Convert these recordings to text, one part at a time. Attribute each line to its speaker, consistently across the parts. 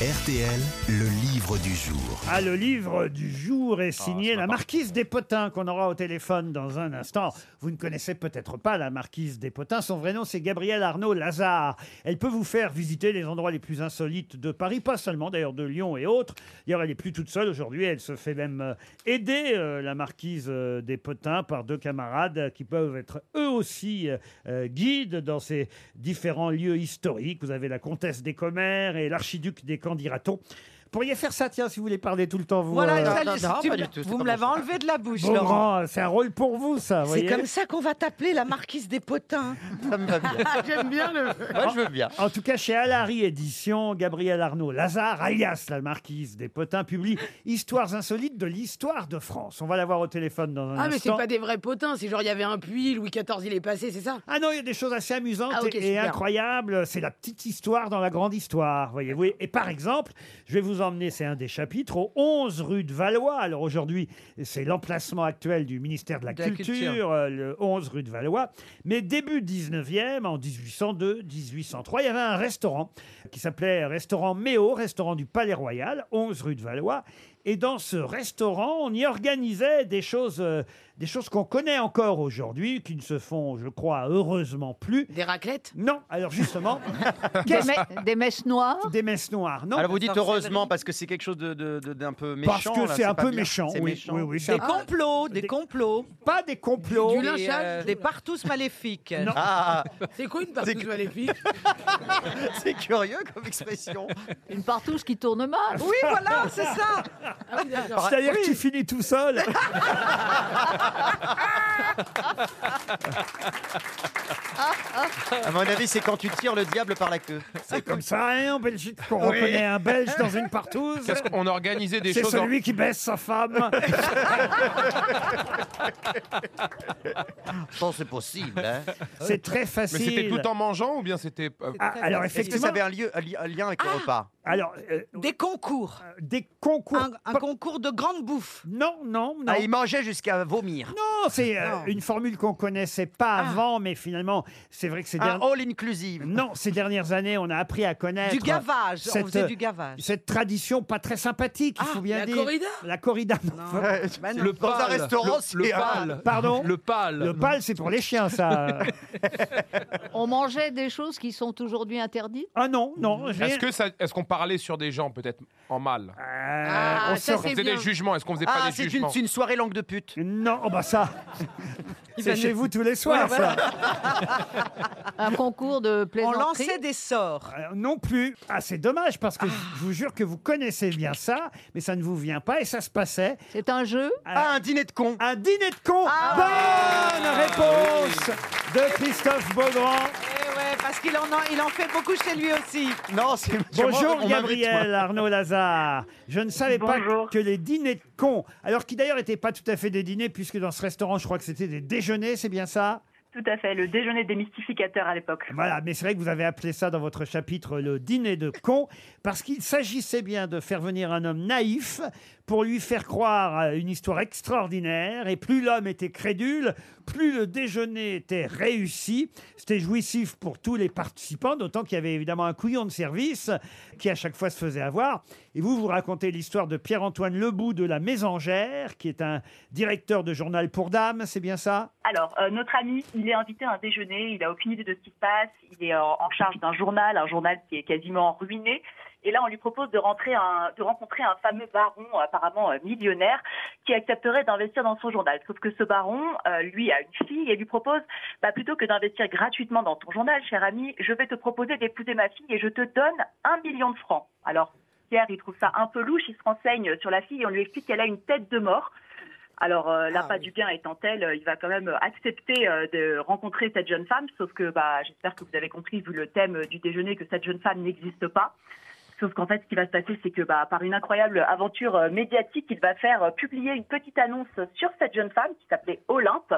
Speaker 1: RTL, le livre du jour.
Speaker 2: Ah, le livre du jour est signé
Speaker 3: c'est pas
Speaker 2: La Marquise des Potins, qu'on aura au téléphone dans un instant. Vous ne connaissez peut-être pas la Marquise des Potins. Son vrai nom, c'est Gabrielle Arnaud Lazare. Elle peut vous faire visiter les endroits les plus insolites de Paris, pas seulement d'ailleurs de Lyon et autres. D'ailleurs, elle n'est plus toute seule aujourd'hui. Elle se fait même euh, aider, euh, la Marquise euh, des Potins, par deux camarades euh, qui peuvent être eux aussi euh, euh, guides dans ces différents lieux historiques. Vous avez la Comtesse des Commères et l'archiduc des Candiratons. Vous pourriez faire ça, tiens, si vous voulez parler tout le temps, vous.
Speaker 4: Voilà,
Speaker 2: euh,
Speaker 4: ça,
Speaker 3: non,
Speaker 4: les-
Speaker 3: non,
Speaker 4: tu
Speaker 3: pas
Speaker 4: me-
Speaker 3: du tout, c'est
Speaker 4: vous
Speaker 3: pas
Speaker 4: me l'avez enlevé de la bouche, Laurent.
Speaker 2: Beaugrand, c'est un rôle pour vous, ça, vous
Speaker 4: C'est
Speaker 2: voyez
Speaker 4: comme ça qu'on va t'appeler la marquise des potins.
Speaker 3: Ça me va bien.
Speaker 4: J'aime bien le.
Speaker 3: Moi, je veux bien.
Speaker 2: En tout cas, chez Alary Édition, Gabriel Arnaud Lazare, alias la marquise des Potins, publie Histoires insolites de l'histoire de France. On va l'avoir au téléphone dans un
Speaker 5: Ah, mais c'est
Speaker 2: instant.
Speaker 5: pas des vrais potins, c'est genre il y avait un puits, Louis XIV il est passé, c'est ça
Speaker 2: Ah non, il y a des choses assez amusantes
Speaker 5: Ah, ok,
Speaker 2: et- et
Speaker 5: super.
Speaker 2: incroyables. C'est la petite histoire dans la grande histoire, voyez-vous. Et par exemple, je vais vous emmener, c'est un des chapitres, au 11 rue de Valois. Alors aujourd'hui, c'est l'emplacement actuel du ministère de la,
Speaker 4: De la
Speaker 2: culture,
Speaker 4: culture.
Speaker 2: euh, le 11 rue de Valois. Mais début 19e, en 1802, 1803, il y avait un restaurant qui s'appelait Restaurant Méo, restaurant du Palais Royal, 11 rue de Valois. Et dans ce restaurant, on y organisait des choses, euh, des choses qu'on connaît encore aujourd'hui, qui ne se font, je crois, heureusement plus.
Speaker 5: Des raclettes
Speaker 2: Non, alors justement,
Speaker 6: Des, me- des messes noires
Speaker 2: des messes noires, non
Speaker 3: Alors, vous dites heureusement parce que c'est quelque chose de- de- de- d'un peu méchant.
Speaker 2: Parce que
Speaker 3: là,
Speaker 2: c'est un
Speaker 3: pas
Speaker 2: peu
Speaker 3: bien.
Speaker 2: méchant.
Speaker 3: C'est
Speaker 2: oui,
Speaker 3: méchant.
Speaker 2: oui, oui, c'est
Speaker 4: Des
Speaker 2: un-
Speaker 4: complots, des
Speaker 2: Ah, Des-
Speaker 4: complots.
Speaker 2: pas des complots.
Speaker 5: Du lynchage
Speaker 4: Des, euh, des partous maléfiques.
Speaker 2: Non.
Speaker 3: Ah,
Speaker 5: C'est quoi une partouze
Speaker 3: C'est-
Speaker 5: maléfique
Speaker 3: c'est curieux comme expression.
Speaker 6: Une partouche qui tourne mal
Speaker 4: Ah Oui, voilà, c'est ça.
Speaker 5: Ah oui, d'accord.
Speaker 2: C'est-à-dire que tu finis tout seul.
Speaker 3: À mon avis, c'est quand tu tires le diable par la queue.
Speaker 2: C'est comme ça, hein, en Belgique, qu'on reconnaît un Belge dans une partouze.
Speaker 7: Qu'est-ce qu'on organisait des
Speaker 2: C'est
Speaker 7: choses en...
Speaker 2: celui qui baisse sa femme.
Speaker 3: Je pense que c'est possible. hein.
Speaker 2: C'est très
Speaker 7: Mais
Speaker 2: facile.
Speaker 7: c'était tout en mangeant ou bien c'était euh,
Speaker 2: Ah, alors
Speaker 3: Est-ce que ça
Speaker 2: effectivement,
Speaker 3: avait un, lieu, un, li- un lien avec le repas
Speaker 2: alors euh,
Speaker 4: Des concours.
Speaker 2: des concours.
Speaker 4: Un, un concours de grande bouffe.
Speaker 2: Non, non, non.
Speaker 3: Ah, il mangeait jusqu'à vomir.
Speaker 2: Non, c'est euh, une formule qu'on connaissait pas avant, mais finalement, c'est vrai que
Speaker 7: Ah,
Speaker 2: ces
Speaker 3: Un
Speaker 7: oh.
Speaker 2: dernières...
Speaker 3: all inclusive.
Speaker 2: Eh Non, ces dernières années, on a appris à connaître
Speaker 4: Du gavage.
Speaker 2: cette-
Speaker 4: On faisait du gavage.
Speaker 2: cette tradition pas très sympathique, il
Speaker 4: Ah,
Speaker 2: faut bien
Speaker 5: la
Speaker 2: dire.
Speaker 5: corrida
Speaker 2: La corrida. non.
Speaker 7: le
Speaker 3: Dans un
Speaker 7: pal,
Speaker 3: restaurant,
Speaker 7: le, le
Speaker 3: c'est un-
Speaker 7: pal,
Speaker 2: Pardon
Speaker 7: le pal,
Speaker 2: Le pal, c'est pour les chiens, ça.
Speaker 6: On mangeait des choses qui sont aujourd'hui interdites
Speaker 2: ah non, non. j'ai-
Speaker 7: Est-ce que ça, est-ce qu'on parlait sur des gens peut-être en mal
Speaker 2: Euh,
Speaker 5: Ah,
Speaker 2: on
Speaker 5: ça,
Speaker 2: se-
Speaker 7: On faisait
Speaker 5: bien.
Speaker 7: des jugements. Est-ce qu'on faisait pas
Speaker 3: Ah,
Speaker 7: des
Speaker 3: c'est une,
Speaker 7: jugements
Speaker 3: c'est une soirée langue de pute.
Speaker 2: Non, oh bah ça. C'est chez vous tous les soirs, ça.
Speaker 6: Un concours de
Speaker 4: On
Speaker 6: plaisanterie
Speaker 4: lançait des sorts.
Speaker 2: Euh, Non plus. Ah, c'est dommage parce que je vous jure que vous connaissez bien ça, mais ça ne vous vient pas et ça se passait.
Speaker 6: C'est un jeu
Speaker 3: Ah, un dîner de con.
Speaker 2: Un dîner de con. Bonne réponse de Christophe Beaugrand.
Speaker 4: Eh ouais, parce qu'il en, a- il en fait beaucoup chez lui aussi.
Speaker 3: Non, c'est
Speaker 2: Bonjour
Speaker 3: on m'invite, moi.
Speaker 2: Gabriel Arnaud Lazare. Je ne savais pas
Speaker 8: Bonjour.
Speaker 2: que les dîners de cons, alors qui d'ailleurs n'étaient pas tout à fait des dîners puisque dans ce restaurant, je crois que c'était des déjeuners, c'est bien ça
Speaker 8: Tout à fait, le déjeuner des mystificateurs à l'époque.
Speaker 2: Voilà, mais c'est vrai que vous avez appelé ça dans votre chapitre le dîner de cons parce qu'il s'agissait bien de faire venir un homme naïf pour lui faire croire à une histoire extraordinaire et plus l'homme était crédule, plus le déjeuner était réussi. C'était jouissif pour tous les participants, d'autant qu'il y avait évidemment un couillon de service qui à chaque fois se faisait avoir. Et vous, vous racontez l'histoire de Pierre-Antoine Lebout de la Mésangère, qui est un directeur de journal pour dames, c'est bien ça
Speaker 8: Alors, euh, notre ami, il est invité à un déjeuner, il n'a aucune idée de ce qui se passe, il est euh, en, en charge d'un journal, un journal qui est quasiment ruiné. Et là, on lui propose de, rentrer un- de rencontrer un fameux baron, apparemment euh, millionnaire, qui accepterait d'investir dans son journal. Sauf que ce baron, euh, lui, a une fille et lui propose, bah, plutôt que d'investir gratuitement dans ton journal, cher ami, je vais te proposer d'épouser ma fille et je te donne un million de francs. Alors, Pierre, il trouve ça un peu louche, il se renseigne sur la fille et on lui explique qu'elle a une tête de mort. Alors, euh, l'appât du gain étant tel, euh, il va quand même accepter euh, de rencontrer cette jeune femme, sauf que bah, j'espère que vous avez compris, vu le thème euh, du déjeuner, que cette jeune femme n'existe pas. Sauf qu'en fait, ce qui va se passer, c'est que bah, par une incroyable aventure euh, médiatique, il va faire euh, publier une petite annonce sur cette jeune femme qui s'appelait Olympe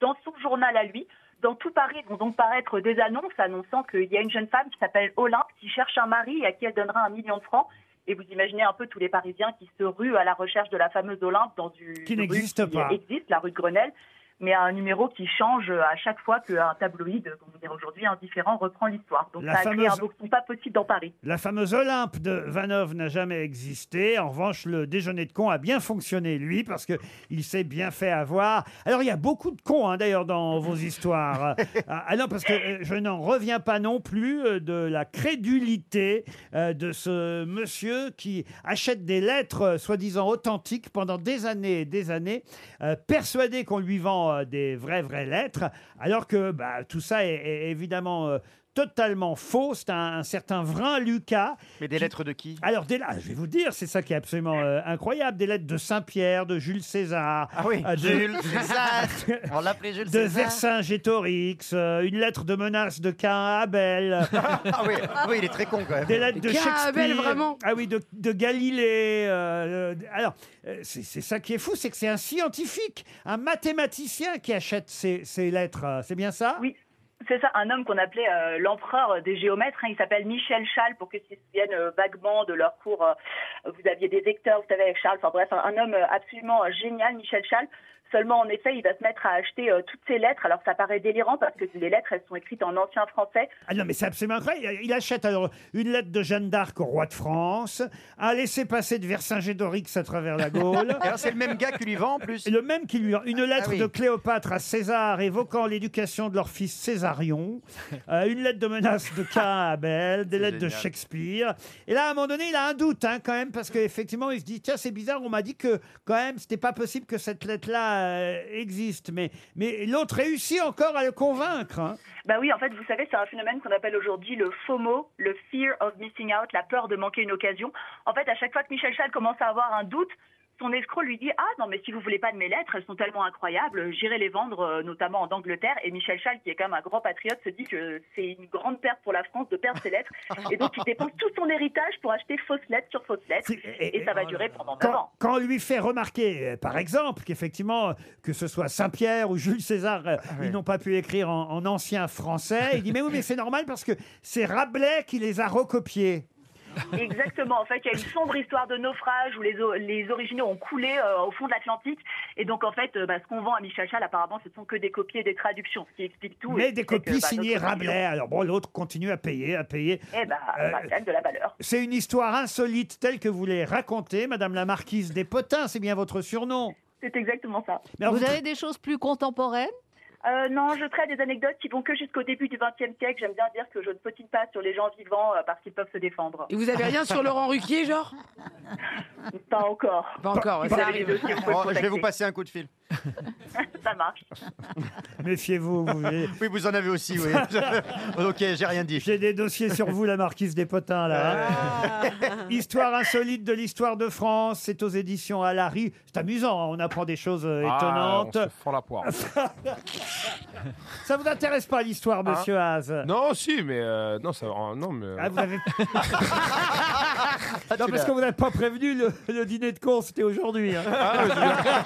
Speaker 8: dans son journal à lui. Dans tout Paris vont donc paraître des annonces annonçant qu'il y a une jeune femme qui s'appelle Olympe qui cherche un mari et à qui elle donnera un million de francs. Et vous imaginez un peu tous les Parisiens qui se ruent à la recherche de la fameuse Olympe dans du
Speaker 2: Qui
Speaker 8: une rue
Speaker 2: n'existe pas.
Speaker 8: existe, la rue de Grenelle. mais un numéro qui change à chaque fois qu'un tabloïd, comme on dirait aujourd'hui, indifférent, reprend l'histoire. Donc
Speaker 2: La
Speaker 8: ça a créé un
Speaker 2: fameuse-
Speaker 8: boxon pas possible dans Paris.
Speaker 2: La fameuse Olympe de Vanov n'a jamais existé. En revanche, le déjeuner de cons a bien fonctionné, lui, parce que il s'est bien fait avoir. Alors, il y a beaucoup de cons, hein, d'ailleurs, dans vos histoires. ah ah non, parce que euh, je n'en reviens pas non plus euh, de la crédulité euh, de ce monsieur qui achète des lettres euh, soi-disant authentiques pendant des années et des années, euh, persuadé qu'on lui vend euh, des vraies, vraies lettres, alors que bah, tout ça est, est évidemment... euh, totalement faux. C'est un, un certain Vrin Lucas.
Speaker 3: Mais des lettres de qui
Speaker 2: Alors, dès là, je vais vous dire, c'est ça qui est absolument euh, incroyable. Des lettres de Saint-Pierre, de Jules César,
Speaker 3: Ah oui,
Speaker 2: euh, de,
Speaker 3: Jules César. On l'appelait Jules
Speaker 2: de
Speaker 3: César.
Speaker 2: Vercingétorix, euh, une lettre de menace de Cain à Abel,
Speaker 3: Ah oui, oui, il est très con quand même.
Speaker 2: des lettres de
Speaker 5: Cain à
Speaker 2: Shakespeare.
Speaker 5: Abel, vraiment
Speaker 2: Ah oui, de, de Galilée. euh, euh, alors, euh, c'est c'est ça qui est fou, c'est que c'est un scientifique, un mathématicien qui achète ces, ces lettres. euh, C'est bien ça
Speaker 8: Oui. C'est ça, un homme qu'on appelait euh, l'empereur des géomètres. hein. il s'appelle Michel Schall, pour que s'ils se souviennent euh, vaguement de leur cours. euh, vous aviez des vecteurs, vous savez, avec Charles. Enfin bref, un, un homme euh, absolument euh, génial, Michel Schall. Seulement, en effet, il va se mettre à acheter euh, toutes ces lettres. Alors, ça paraît délirant parce que les lettres, elles sont écrites en ancien français.
Speaker 2: Ah non, mais c'est absolument incroyable. Il achète alors une lettre de Jeanne d'Arc au roi de France, un laissez-passer de Vercingétorix à travers la Gaule.
Speaker 3: Et alors, c'est le même gars qui lui vend en plus.
Speaker 2: Et le même qui lui une lettre
Speaker 3: Ah oui.
Speaker 2: de Cléopâtre à César évoquant l'éducation de leur fils Césarion, euh, une lettre de menace de Cain à Abel, des lettres de
Speaker 3: génial.
Speaker 2: Shakespeare. Et là, à un moment donné, il a un doute hein, quand même parce qu'effectivement, il se dit tiens, c'est bizarre, on m'a dit que quand même, c'était pas possible que cette lettre-là euh, existe. Mais mais l'autre réussit encore à le convaincre. hein.
Speaker 8: Bah oui, en fait, vous savez, c'est un phénomène qu'on appelle aujourd'hui le FOMO, le fear of missing out, la peur de manquer une occasion. En fait, à chaque fois que Michel Schall commence à avoir un doute, son escroc lui dit Ah non, mais si vous voulez pas de mes lettres, elles sont tellement incroyables, j'irai les vendre, euh, notamment en Angleterre. Et Michel Schall, qui est quand même un grand patriote, se dit que c'est une grande perte pour la France de perdre ses lettres. Et donc, il dépense tout son héritage pour acheter fausses lettres sur fausses lettres.
Speaker 2: C'est- et-
Speaker 8: Et ça va durer pendant 9
Speaker 2: quand,
Speaker 8: ans.
Speaker 2: quand on lui fait remarquer, euh, par exemple, qu'effectivement, euh, que ce soit Saint-Pierre ou Jules César, euh, ils n'ont pas pu écrire en, en ancien français, il dit Mais oui, mais c'est normal parce que c'est Rabelais qui les a recopiés.
Speaker 8: Exactement. En fait, il y a une sombre histoire de naufrage où les, o- les originaux ont coulé euh, au fond de l'Atlantique. Et donc, en fait, euh, bah, ce qu'on vend à Michel Schall, apparemment, ce sont que des copies et des traductions, ce qui explique tout.
Speaker 2: mais
Speaker 8: et
Speaker 2: des
Speaker 8: ce qui fait que,
Speaker 2: copies
Speaker 8: bah,
Speaker 2: signées
Speaker 8: notre version,
Speaker 2: Rabelais. Alors bon, l'autre continue à payer, à payer.
Speaker 8: Eh ben,
Speaker 2: Euh,
Speaker 8: bah, ça a de la valeur.
Speaker 2: C'est une histoire insolite telle que vous les racontez, Madame la Marquise des Potins, c'est bien votre surnom.
Speaker 8: C'est exactement ça.
Speaker 2: Mais alors,
Speaker 6: Vous avez des choses plus contemporaines
Speaker 8: Euh, non, je traite des anecdotes qui vont que jusqu'au début du XXe siècle. J'aime bien dire que je ne potine pas sur les gens vivants euh, parce qu'ils peuvent se défendre.
Speaker 5: Et vous avez rien sur Laurent Ruquier, genre
Speaker 8: Pas encore.
Speaker 5: Pas encore, ouais,
Speaker 8: Vous
Speaker 5: ça
Speaker 8: avez des
Speaker 5: arrive.
Speaker 8: dossiers, vous pouvez me
Speaker 3: Oh, je vais vous
Speaker 8: contacter.
Speaker 3: passer un coup de fil.
Speaker 8: Ça marche.
Speaker 2: Méfiez-vous, vous voyez.
Speaker 3: Oui, vous en avez aussi, oui. ok, j'ai rien dit.
Speaker 2: J'ai des dossiers sur vous, la marquise des potins, là. hein. histoire insolite de l'histoire de France, c'est aux éditions Alary. C'est amusant, hein, on apprend des choses euh,
Speaker 7: Ah,
Speaker 2: étonnantes.
Speaker 7: on se fend la poire.
Speaker 2: Ça vous intéresse pas, l'histoire, monsieur Haas
Speaker 7: Hein non, si, mais euh, non, ça, ah, non, mais.
Speaker 2: Ah, vous avez-
Speaker 3: Ah,
Speaker 2: Non,
Speaker 3: tu
Speaker 2: parce
Speaker 3: l'as.
Speaker 2: que vous n'avez pas prévenu, le, le dîner de con, c'était aujourd'hui. hein.